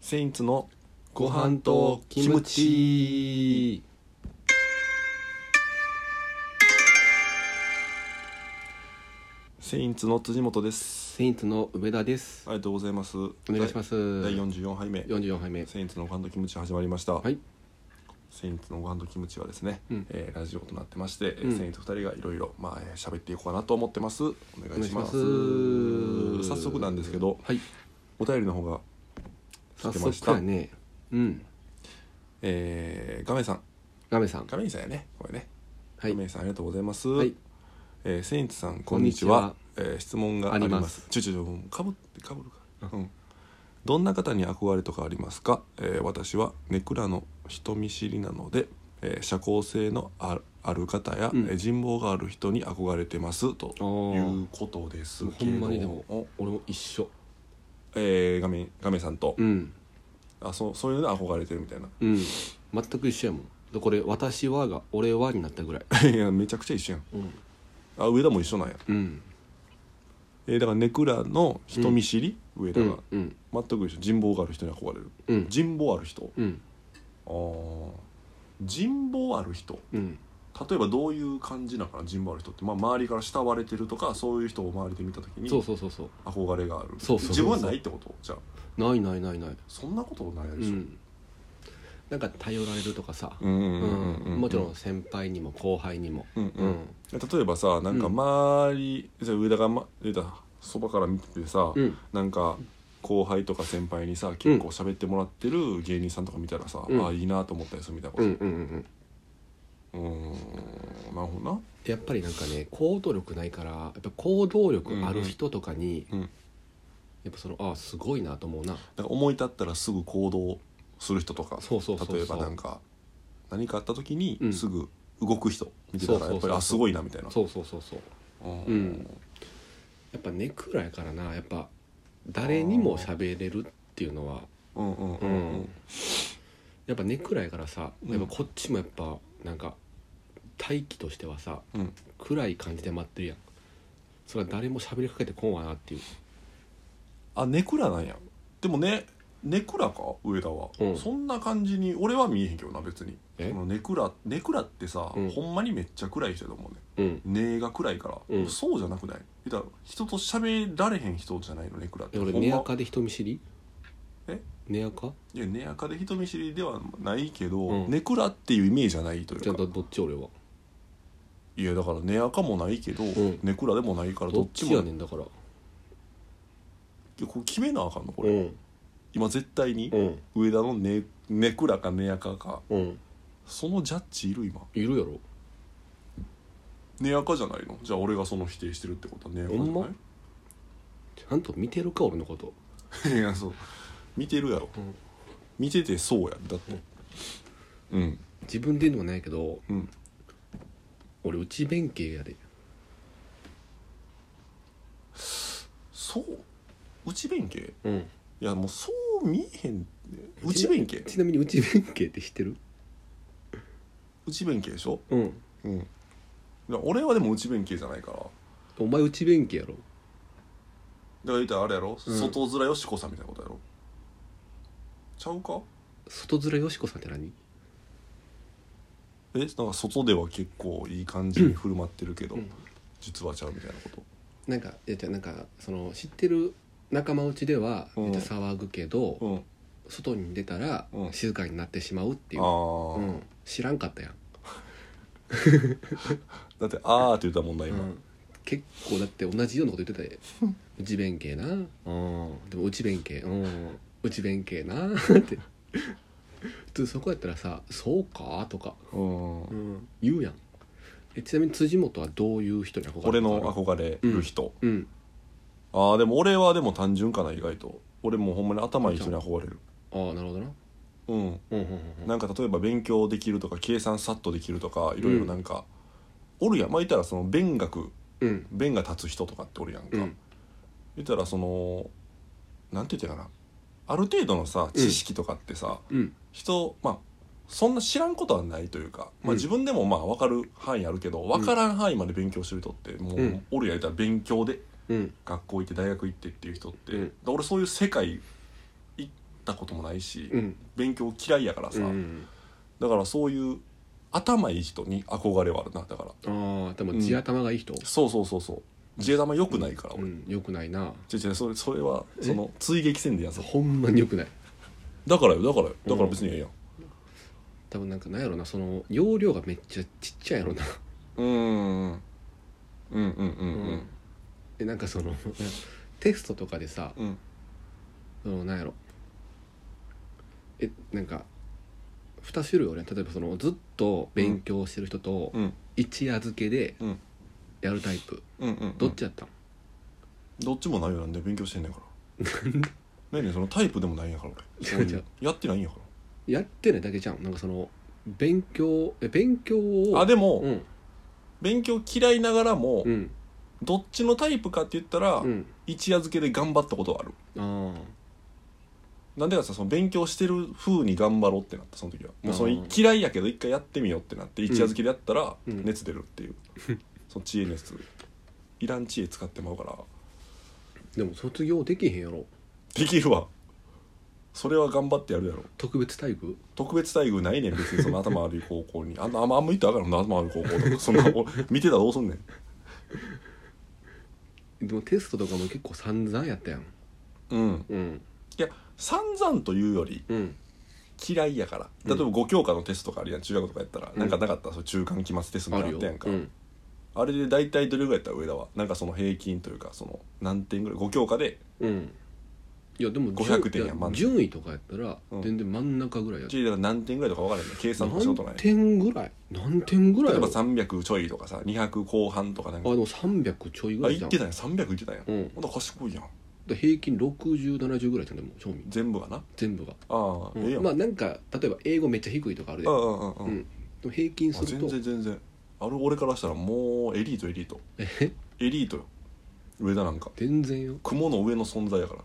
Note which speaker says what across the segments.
Speaker 1: セインツの
Speaker 2: ご飯とキムチ
Speaker 1: セインツの辻本です
Speaker 2: セイントの梅田です
Speaker 1: ありがとうございますお
Speaker 2: お願いしますす
Speaker 1: 第44杯目
Speaker 2: 44杯目
Speaker 1: セインツのご飯とキムチ始まりました、
Speaker 2: はい
Speaker 1: セインツのご飯とキムチはですね、
Speaker 2: うん
Speaker 1: えーラジオとなってまして、
Speaker 2: うん
Speaker 1: セインツ2人がいろいろまあえー喋っていこうかなと思ってますお願いします早速なんですけど
Speaker 2: はい
Speaker 1: お便りの方が
Speaker 2: 早
Speaker 1: 来てました
Speaker 2: 速やねうん
Speaker 1: えー、ガメさん
Speaker 2: ガメさん
Speaker 1: ガメイさんやねこれね、
Speaker 2: はい
Speaker 1: ガメイさんありがとうございます、
Speaker 2: はい
Speaker 1: えー、セインツさんこんにちはえー質問があります
Speaker 2: あります
Speaker 1: ちょちょちょかぶってかぶるからうんどんな方に憧れとかありますか、えー私はネクラの人見知りなので、えー社交性のあるある方や、
Speaker 2: うん
Speaker 1: えー人望がある人に憧れてますと
Speaker 2: あー
Speaker 1: いうことです
Speaker 2: ほ
Speaker 1: けど
Speaker 2: んまにでも
Speaker 1: お
Speaker 2: 俺も一緒
Speaker 1: えー、ガメガメさんと、
Speaker 2: うん
Speaker 1: あそうそういうので憧れてるみたいな
Speaker 2: うん全く一緒やもんでこれ「私は」が「俺は」になったぐらい
Speaker 1: いやめちゃくちゃ一緒やん
Speaker 2: うん
Speaker 1: あ上田も一緒なんや、
Speaker 2: うん
Speaker 1: えーだからネクラの人見知り、上田
Speaker 2: う
Speaker 1: が、
Speaker 2: んうん
Speaker 1: 全く一緒人望がある人に憧れる、
Speaker 2: うん
Speaker 1: 人望ある人、
Speaker 2: うん
Speaker 1: あー人望ある人
Speaker 2: うん
Speaker 1: 例えばどういう感じなのかな人望ある人って、まあ、周りから慕われてるとかそういう人を周りで見た時に
Speaker 2: そうそうそうそう
Speaker 1: 憧れがある
Speaker 2: そうそうそう
Speaker 1: 自
Speaker 2: そう
Speaker 1: 分はないってことじゃあ
Speaker 2: ないないないない
Speaker 1: そんなことないで
Speaker 2: う
Speaker 1: しょ、
Speaker 2: んなんか頼られるとかさ
Speaker 1: うんうんうんうん
Speaker 2: うんもちろん先輩にも後輩にも
Speaker 1: うん
Speaker 2: う
Speaker 1: うん
Speaker 2: ん
Speaker 1: 例えばさなんか
Speaker 2: うん
Speaker 1: 周り、じゃあ上田が、ま、上田そばから見ててさ、
Speaker 2: うん
Speaker 1: なんか後輩とか先輩にさ結構喋ってもらってる芸人さんとか見たらさ、
Speaker 2: うん
Speaker 1: ああいいなと思ったりするみたいなこ
Speaker 2: う
Speaker 1: と
Speaker 2: んうんうん
Speaker 1: うんなるほどな
Speaker 2: やっぱりなんかね行動力ないからやっぱ行動力ある人とかに、
Speaker 1: うんうんうん
Speaker 2: やっぱそのああすごいなと思うな
Speaker 1: なんか思い立ったらすぐ行動する人とか
Speaker 2: そうそうそうそう
Speaker 1: 例えばなんか何かあった時に
Speaker 2: うん
Speaker 1: すぐ動く人見てた
Speaker 2: そう
Speaker 1: ら
Speaker 2: そうそ
Speaker 1: やっ
Speaker 2: うそう
Speaker 1: ぱりあすごいなみたいな
Speaker 2: そうそうそうそう
Speaker 1: うん
Speaker 2: うんやっぱネクラやからなやっぱ誰にも喋れるっていうのは
Speaker 1: うんうんうんうん
Speaker 2: やっぱネクラやからさ
Speaker 1: うん
Speaker 2: やっぱこっちもやっぱなんか待機としてはさ
Speaker 1: うん
Speaker 2: 暗い感じで待ってるやんそれは誰も喋りかけてこんわなっていう
Speaker 1: あネクラなんやでもねネクラか上田は、
Speaker 2: うん
Speaker 1: そんな感じに俺は見えへんけどな別に
Speaker 2: え
Speaker 1: このネクラネクラってさ、
Speaker 2: うん
Speaker 1: ほんまにめっちゃ暗い人だと思うね
Speaker 2: うん
Speaker 1: 根が暗いから、
Speaker 2: うん
Speaker 1: そうじゃなくないだから人と喋られへん人じゃないのネクラって
Speaker 2: え俺
Speaker 1: ほんま
Speaker 2: 根垢で人見知り
Speaker 1: え
Speaker 2: 根垢
Speaker 1: いや根垢で人見知りではないけど、
Speaker 2: うん
Speaker 1: ネクラっていうイメージはないとい
Speaker 2: じゃ
Speaker 1: う
Speaker 2: あ
Speaker 1: か
Speaker 2: どどっち俺は
Speaker 1: いやだから根垢もないけど、
Speaker 2: ん
Speaker 1: ネクラでもないから
Speaker 2: ど
Speaker 1: ど
Speaker 2: っ
Speaker 1: っ
Speaker 2: ち
Speaker 1: ち
Speaker 2: や
Speaker 1: も
Speaker 2: ねんだから
Speaker 1: いやこれ決めなあかんのこれ、
Speaker 2: うん
Speaker 1: 今絶対に
Speaker 2: うん
Speaker 1: 上田のネネクラか根垢か
Speaker 2: うん
Speaker 1: そのジャッジいる今
Speaker 2: いるやろ
Speaker 1: 根垢じゃないのじゃあ俺がその否定してるってことは根垢じゃ
Speaker 2: ほんま
Speaker 1: な
Speaker 2: ちゃんと見てるか俺のこと
Speaker 1: いいやそう見てるやろ、
Speaker 2: うん
Speaker 1: 見ててそうやだってうん
Speaker 2: 自分で言うのもないけど
Speaker 1: うん
Speaker 2: 俺内弁慶やで
Speaker 1: そう内弁慶
Speaker 2: うん
Speaker 1: いやもうそう見えへん内弁慶
Speaker 2: ちなみに内弁慶って知ってる
Speaker 1: 内弁慶でしょ
Speaker 2: うん
Speaker 1: うんだから俺はでも内弁慶じゃないからだか
Speaker 2: お前内弁慶やろ
Speaker 1: ら言ったらあれやろ、
Speaker 2: うん
Speaker 1: 外面よしこさんみたいなことやろちゃうか
Speaker 2: 外面よしこさんって何
Speaker 1: えなんか外では結構いい感じに振る舞ってるけど、
Speaker 2: うん
Speaker 1: 実はちゃうみたいなこと
Speaker 2: なんかいやじゃあなんかその知ってる仲間内では
Speaker 1: うん
Speaker 2: めっちゃ騒ぐけど、
Speaker 1: うん
Speaker 2: 外に出たら
Speaker 1: うん
Speaker 2: 静かになってしまうっていう、
Speaker 1: ああ、
Speaker 2: うん、知らんかったやん、
Speaker 1: だって「あー」って言ったもんな今、
Speaker 2: うん結構だって同じようなこと言ってたで内弁慶なうんでも内弁慶うん内弁慶なって普通そこやったらさ「そうか?」とか、
Speaker 1: うん
Speaker 2: うん、言うやんえちなみに辻元はどういう人に憧
Speaker 1: 俺
Speaker 2: れる
Speaker 1: の憧れる人、
Speaker 2: うん
Speaker 1: ああでも俺はでも単純かな意外と俺もうほんまに頭いい人に憧れる
Speaker 2: ああなるほどな
Speaker 1: うん
Speaker 2: うんうんうんうん
Speaker 1: なんか例えば勉強できるとか計算さっとできるとかいろいろなんか、おるやんまあ言ったらその勉学
Speaker 2: うん
Speaker 1: 弁が立つ人とかっておるやんか、
Speaker 2: うん
Speaker 1: 言ったらそのなんて言ったらいいかなある程度のさ知識とかってさ、
Speaker 2: うん
Speaker 1: 人まあそんな知らんことはないというか、ま
Speaker 2: うん
Speaker 1: あ、自分でもまあ分かる範囲あるけど分からん範囲まで勉強してる人っても
Speaker 2: う
Speaker 1: うんおるやん言ったら勉強で
Speaker 2: うん
Speaker 1: 学校行って大学行ってっていう人って、
Speaker 2: うん
Speaker 1: だから俺そういう世界いったこともないし、
Speaker 2: うん
Speaker 1: 勉強嫌いやからさ、
Speaker 2: うん
Speaker 1: だからそういう頭いい人に憧れはあるなだから
Speaker 2: ああでも地頭がいい人、
Speaker 1: そうそうそうそう自衛玉良くないから
Speaker 2: う
Speaker 1: 俺、
Speaker 2: ん、よくないな
Speaker 1: 違う違うそれそれは
Speaker 2: え
Speaker 1: その追撃戦でやんさ
Speaker 2: ほんまによくない
Speaker 1: だからよだからよだから別にええやん
Speaker 2: 多分なんかなんやろなその容量がめっちゃちっちゃいやろな
Speaker 1: うんうんうんうん
Speaker 2: でなんかそのテストとかでさ
Speaker 1: うん
Speaker 2: そのなんやろえなんか2種類俺例えばそのずっと勉強してる人と
Speaker 1: うん
Speaker 2: 一夜漬けで
Speaker 1: うん
Speaker 2: やるタイプ、
Speaker 1: うんうん
Speaker 2: どっちやったん、
Speaker 1: どっちもないよなんで勉強してんねんから何ねそのタイプでもないんやから俺
Speaker 2: 違う違う
Speaker 1: やってないんやか
Speaker 2: やってないだけじゃんなんかその勉強え勉強を
Speaker 1: らあでも、
Speaker 2: うん
Speaker 1: 勉強嫌いながらも、
Speaker 2: うん
Speaker 1: どっちのタイプかって言ったら、
Speaker 2: うん
Speaker 1: 一夜漬けで頑張ったことはある
Speaker 2: あ
Speaker 1: なんでかさその勉強してる風に頑張ろうってなったその時はもうその
Speaker 2: うん
Speaker 1: 嫌いやけど一回やってみようってなって一夜漬けでやったら
Speaker 2: うん
Speaker 1: 熱出るっていう、 その知恵熱いらん知恵使ってまうから
Speaker 2: ーでも卒業できへんやろ
Speaker 1: できるわそれは頑張ってやるやろ
Speaker 2: 特別待遇
Speaker 1: 特別待遇ないねん別にその頭悪い高校にあんなあんまあんま言ったらあかんの頭悪い高校とかそんなお見てたらどうすんねん
Speaker 2: でもテストとかも結構散々やったやん
Speaker 1: うん
Speaker 2: うん
Speaker 1: いや散々というより
Speaker 2: うん
Speaker 1: 嫌いやから例えば5教科のテストとかあるやん中学とかやったら、
Speaker 2: うん
Speaker 1: なんかなかったそう中間期末テストみ
Speaker 2: あ
Speaker 1: たいな
Speaker 2: る
Speaker 1: のあ
Speaker 2: よ
Speaker 1: ったやんか
Speaker 2: う
Speaker 1: あ,、
Speaker 2: ん
Speaker 1: れで大体どれぐらいやったら上田はなんかその平均というかその何点ぐらい5教科で
Speaker 2: うんいやでも
Speaker 1: 500点や
Speaker 2: い
Speaker 1: 満点
Speaker 2: 順位とかやったら
Speaker 1: うん
Speaker 2: 全然真ん中ぐらいやった
Speaker 1: ちょいだから何点ぐらいとか分からへんねん計算もした
Speaker 2: 何
Speaker 1: ことない
Speaker 2: 点ぐらい何点ぐらい
Speaker 1: 例え
Speaker 2: やろ
Speaker 1: ば300ちょいとかさ200後半とかなん
Speaker 2: あ
Speaker 1: か
Speaker 2: でも300ちょいぐ
Speaker 1: あ
Speaker 2: らい
Speaker 1: い
Speaker 2: じゃ
Speaker 1: っ
Speaker 2: ん
Speaker 1: てたんや300いってたんや、
Speaker 2: うん
Speaker 1: ほんと賢いやん
Speaker 2: で平均6070ぐらいじゃんでも賞味
Speaker 1: 全部がな
Speaker 2: 全部が、
Speaker 1: ああ、
Speaker 2: うん
Speaker 1: ええやん、
Speaker 2: まあなんか例えば英語めっちゃ低いとかあるで
Speaker 1: うんうんうんうん
Speaker 2: うんでも平均す
Speaker 1: あ
Speaker 2: ると
Speaker 1: 全然全然あれ俺からしたらもうエリートエリート
Speaker 2: え
Speaker 1: エリートよ上田なんか
Speaker 2: 全然よ
Speaker 1: 雲の上の存在やから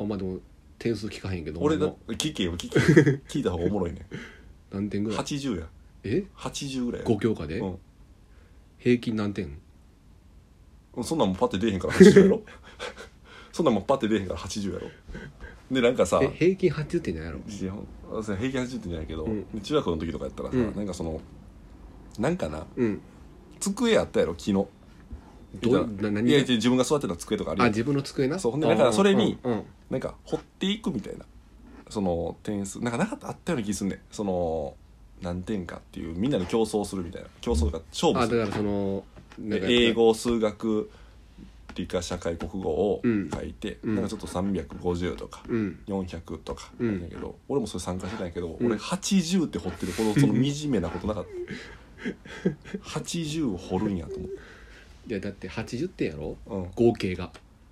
Speaker 2: あまあでも点数聞かへんけど
Speaker 1: 俺だ
Speaker 2: お前も
Speaker 1: 聞けよ聞け 聞いた方がおもろいね
Speaker 2: 何点ぐらい
Speaker 1: 80や
Speaker 2: え
Speaker 1: 80ぐらいや
Speaker 2: 5教科で、
Speaker 1: うん
Speaker 2: 平均何点
Speaker 1: うんそんなんもんパッて出えへんから80やろ そんなんもんパッて出えへんから80やろでなんかさ
Speaker 2: え平均80点じゃないやろ
Speaker 1: いやほん平均80ってんじゃないけど、
Speaker 2: うん
Speaker 1: で中学の時とかやったらさ、
Speaker 2: うん
Speaker 1: なんかそのなんかな
Speaker 2: うん
Speaker 1: 机あったやろ木の
Speaker 2: どう
Speaker 1: 言った
Speaker 2: な
Speaker 1: ら
Speaker 2: 何
Speaker 1: いや
Speaker 2: が
Speaker 1: いや自分が座ってた机とかある
Speaker 2: あ
Speaker 1: やん
Speaker 2: 自分の机な
Speaker 1: そうほんでだからそれに
Speaker 2: うんうん
Speaker 1: なんか掘っていくみたいなその点数なんかなかったあったような気すんねんその何点かっていうみんなで競争するみたいな競争とか勝負
Speaker 2: あ
Speaker 1: す
Speaker 2: だ
Speaker 1: る
Speaker 2: からそのな
Speaker 1: で
Speaker 2: んか
Speaker 1: 英語数学理科社会国語を
Speaker 2: うん
Speaker 1: 書いて、
Speaker 2: うん
Speaker 1: なんかちょっと350とか、
Speaker 2: うん
Speaker 1: 400とか
Speaker 2: うん
Speaker 1: なんだけど、俺もそれ参加してたんやけど、
Speaker 2: うん
Speaker 1: 俺80って掘ってるほどその惨めなことなかった80を掘るんやと思って、
Speaker 2: いやだって80点やろ
Speaker 1: うん、
Speaker 2: 合計が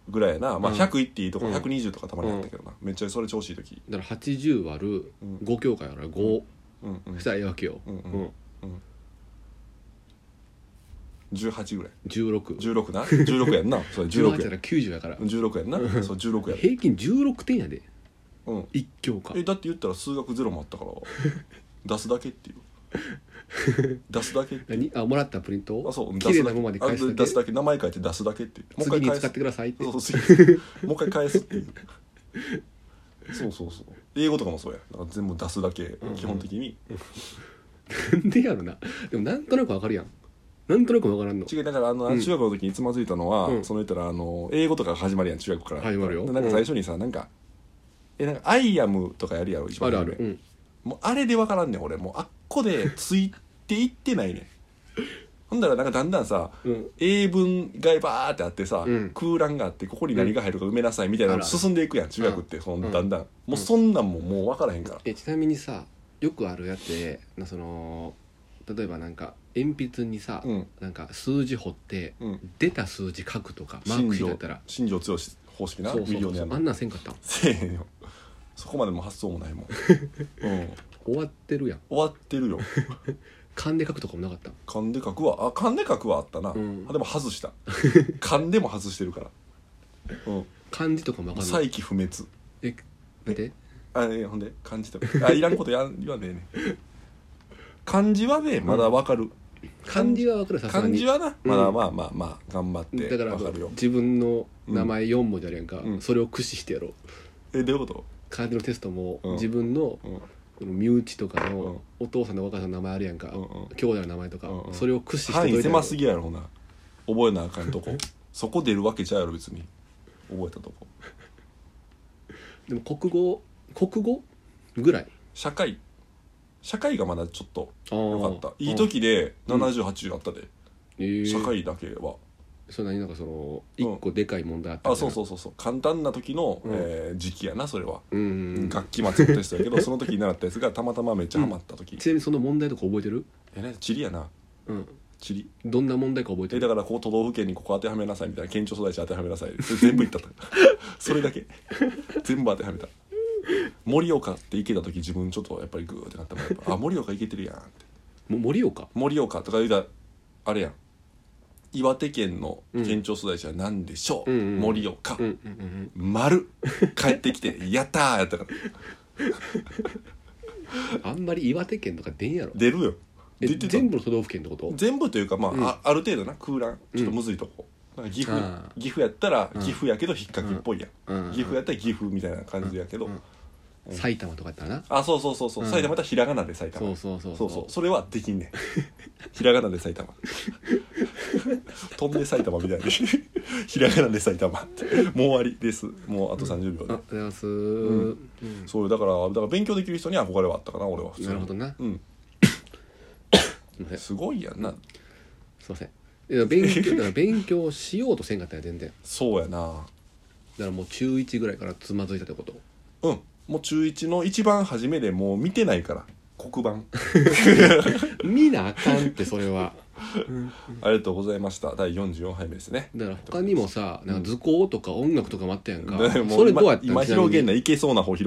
Speaker 1: ぐらいやな、まあ、
Speaker 2: うん
Speaker 1: 100いっていいとこ、
Speaker 2: うん
Speaker 1: 120とかたまにあったけどな、めっちゃそれ調子いい時、
Speaker 2: だから80割る
Speaker 1: うん
Speaker 2: 5教科やから5
Speaker 1: うんうん
Speaker 2: したらええわけよ
Speaker 1: うんうん
Speaker 2: うん
Speaker 1: 18ぐらい
Speaker 2: 1616
Speaker 1: 16な16やんなそれ16
Speaker 2: や
Speaker 1: や
Speaker 2: ら90やから
Speaker 1: 16やん なそう16や
Speaker 2: 平均16点やで
Speaker 1: うん
Speaker 2: 1教科
Speaker 1: えだって言ったら数学ゼロもあったから出すだけっていう 出すだけっていう
Speaker 2: 何あもらったプリント
Speaker 1: あ
Speaker 2: を
Speaker 1: そう
Speaker 2: 綺麗なままで返す
Speaker 1: あ
Speaker 2: だ
Speaker 1: 出す
Speaker 2: け
Speaker 1: だけ名前書いて出すだけっていうもう
Speaker 2: 次
Speaker 1: 一
Speaker 2: に
Speaker 1: 回
Speaker 2: 使っ
Speaker 1: 返
Speaker 2: てくださいって
Speaker 1: すそうそう次もう一回返す っていうそうそうそう英語とかもそうやだから全部出すだけ
Speaker 2: うん
Speaker 1: 基本的に
Speaker 2: なんでやろなでもなんとなくわかるやんなんとなくわからんの
Speaker 1: 違うだからあの
Speaker 2: うん
Speaker 1: 中学の時につまずいたのは、
Speaker 2: うん
Speaker 1: その言ったらあの英語とかが始まるやん中学から
Speaker 2: 始まるよ
Speaker 1: でなんか最初にさ、なんか「えなんかアイアム」とかやるやろ一
Speaker 2: あ
Speaker 1: 番
Speaker 2: るあ
Speaker 1: 初め
Speaker 2: るうん
Speaker 1: もうあれで分からんねん俺もうあっこでついていってないねん ほんだらなんかだんだんさ
Speaker 2: うん
Speaker 1: 英文がバーってあってさ、
Speaker 2: うん
Speaker 1: 空欄があってここに何が入るか埋めなさいみたいな
Speaker 2: あ
Speaker 1: の
Speaker 2: ら
Speaker 1: 進んでいくやん中学ってその
Speaker 2: うん
Speaker 1: だんだん、もうそんなんももう分からへんから、
Speaker 2: えちなみにさよくあるやつでなその例えばなんか鉛筆にさ、
Speaker 1: うん
Speaker 2: なんか数字掘って、
Speaker 1: うん
Speaker 2: 出た数字書くとかマークシートやったら
Speaker 1: 新庄剛志方式な
Speaker 2: そうそう
Speaker 1: ミリ
Speaker 2: そ
Speaker 1: オ
Speaker 2: う
Speaker 1: ネア
Speaker 2: あ
Speaker 1: の
Speaker 2: んなんせんかったん
Speaker 1: せえへんよそこまでも発想もない もん、うん、
Speaker 2: 終わってるやん
Speaker 1: 終わってるよ
Speaker 2: 勘で書くとかもなかったん
Speaker 1: 勘で書くわあ勘で書くはあったな、
Speaker 2: うん
Speaker 1: あでも外 した勘でも外してるから、う
Speaker 2: 漢字とかも
Speaker 1: ん、
Speaker 2: 分かんない
Speaker 1: 再起不滅
Speaker 2: え見て
Speaker 1: あえほんで漢字とかあいらんことやん言わねえねん漢字はねまだわかる、
Speaker 2: 漢字は分かるさすが
Speaker 1: 漢
Speaker 2: に
Speaker 1: 字はな
Speaker 2: うん
Speaker 1: まだまあまあまあ頑張って
Speaker 2: だから
Speaker 1: わかるよ
Speaker 2: 自分の名前4文字あるやんか、
Speaker 1: うん
Speaker 2: それを駆使してやろう
Speaker 1: えどういうこと
Speaker 2: 空手のテストも
Speaker 1: うん
Speaker 2: 自分の
Speaker 1: うん
Speaker 2: この身内とか
Speaker 1: うん
Speaker 2: のお父さんのお母さんの名前あるやんか、
Speaker 1: うんうん
Speaker 2: 兄弟の名前とか、
Speaker 1: うんうん
Speaker 2: それを駆使して
Speaker 1: 範囲狭す
Speaker 2: ぎ
Speaker 1: ぎやろほな覚えなあかん とこそこ出るわけじゃうやろ別に覚えたとこ
Speaker 2: でも国語国語ぐらい
Speaker 1: 社会社会がまだちょっと
Speaker 2: よ
Speaker 1: よかったいい時で7080あったで、社
Speaker 2: 社会
Speaker 1: 会だけは
Speaker 2: それ何なんかその一個でかい問題あった
Speaker 1: あそう
Speaker 2: う
Speaker 1: そうそうそう簡単な時の、
Speaker 2: うん
Speaker 1: えー時期やなそれは、
Speaker 2: うんうんうん
Speaker 1: 楽器末のテストやけ どその時に習ったやつがたまたまめっちゃハマった時、
Speaker 2: ちなみにその問題とか覚えてる
Speaker 1: えな地理やな
Speaker 2: うん
Speaker 1: 地理
Speaker 2: どんな問題か覚え
Speaker 1: え
Speaker 2: てる
Speaker 1: だからこう都道府県にここ当てはめなさいみたいな県庁所在地当てはめなさいそれ全部言ったと それだけ全部当てはめた盛岡って行けた時自分ちょっとやっぱりグーってなったもんやっぱあ盛岡行けてるやんって
Speaker 2: も盛岡
Speaker 1: 盛岡とか言うたらあれやん岩手県の県庁所在地は何でしょう、
Speaker 2: うんうんうん
Speaker 1: 盛岡、
Speaker 2: うんうんうん
Speaker 1: 丸帰ってきて「 やったー!」やったから
Speaker 2: うんあんまり岩手県とか出んやろ
Speaker 1: 出るよ
Speaker 2: え
Speaker 1: 出てた
Speaker 2: 全部の都道府県ってこと
Speaker 1: 全部というかまあ,、
Speaker 2: うん
Speaker 1: あある程度な空欄ちょっとむずいとこ、なんか岐阜
Speaker 2: あー
Speaker 1: 岐阜やったら
Speaker 2: うん
Speaker 1: 岐阜やけど引っ掛けっぽいやん、
Speaker 2: うん
Speaker 1: 岐阜やったら岐阜みたいな感じやけど、
Speaker 2: うん埼玉とかやったらな
Speaker 1: あそうそうそうそう、
Speaker 2: うん
Speaker 1: 埼玉やったらひらがなで埼
Speaker 2: そ
Speaker 1: 玉
Speaker 2: うそうそう
Speaker 1: そうそうそれはできん ねんひらがなで埼玉飛んで埼玉みたいな ひらがなで埼玉ってもう終わりですもうあと30秒
Speaker 2: あ
Speaker 1: で、
Speaker 2: ありがとうございますうん
Speaker 1: そうだからだから勉強できる人に憧れはあったかな俺は普通に
Speaker 2: なるほどな
Speaker 1: うん
Speaker 2: すい ませんす
Speaker 1: すごいやんな
Speaker 2: いませんいや勉強だから勉強しようとせんかったんや全然
Speaker 1: そうやな
Speaker 2: だからもう中1ぐらいからつまずいたってこと
Speaker 1: うんもう中1の一番初めでもう見てないから黒 板
Speaker 2: 見なあかんってそれは
Speaker 1: ありがとうございました第44杯目ですね
Speaker 2: だから他にもさなんか図工とか音楽とかもあったやんか、
Speaker 1: だからもう
Speaker 2: それどうやったん
Speaker 1: 今今
Speaker 2: ちなみに
Speaker 1: 広げんないいけそうな方広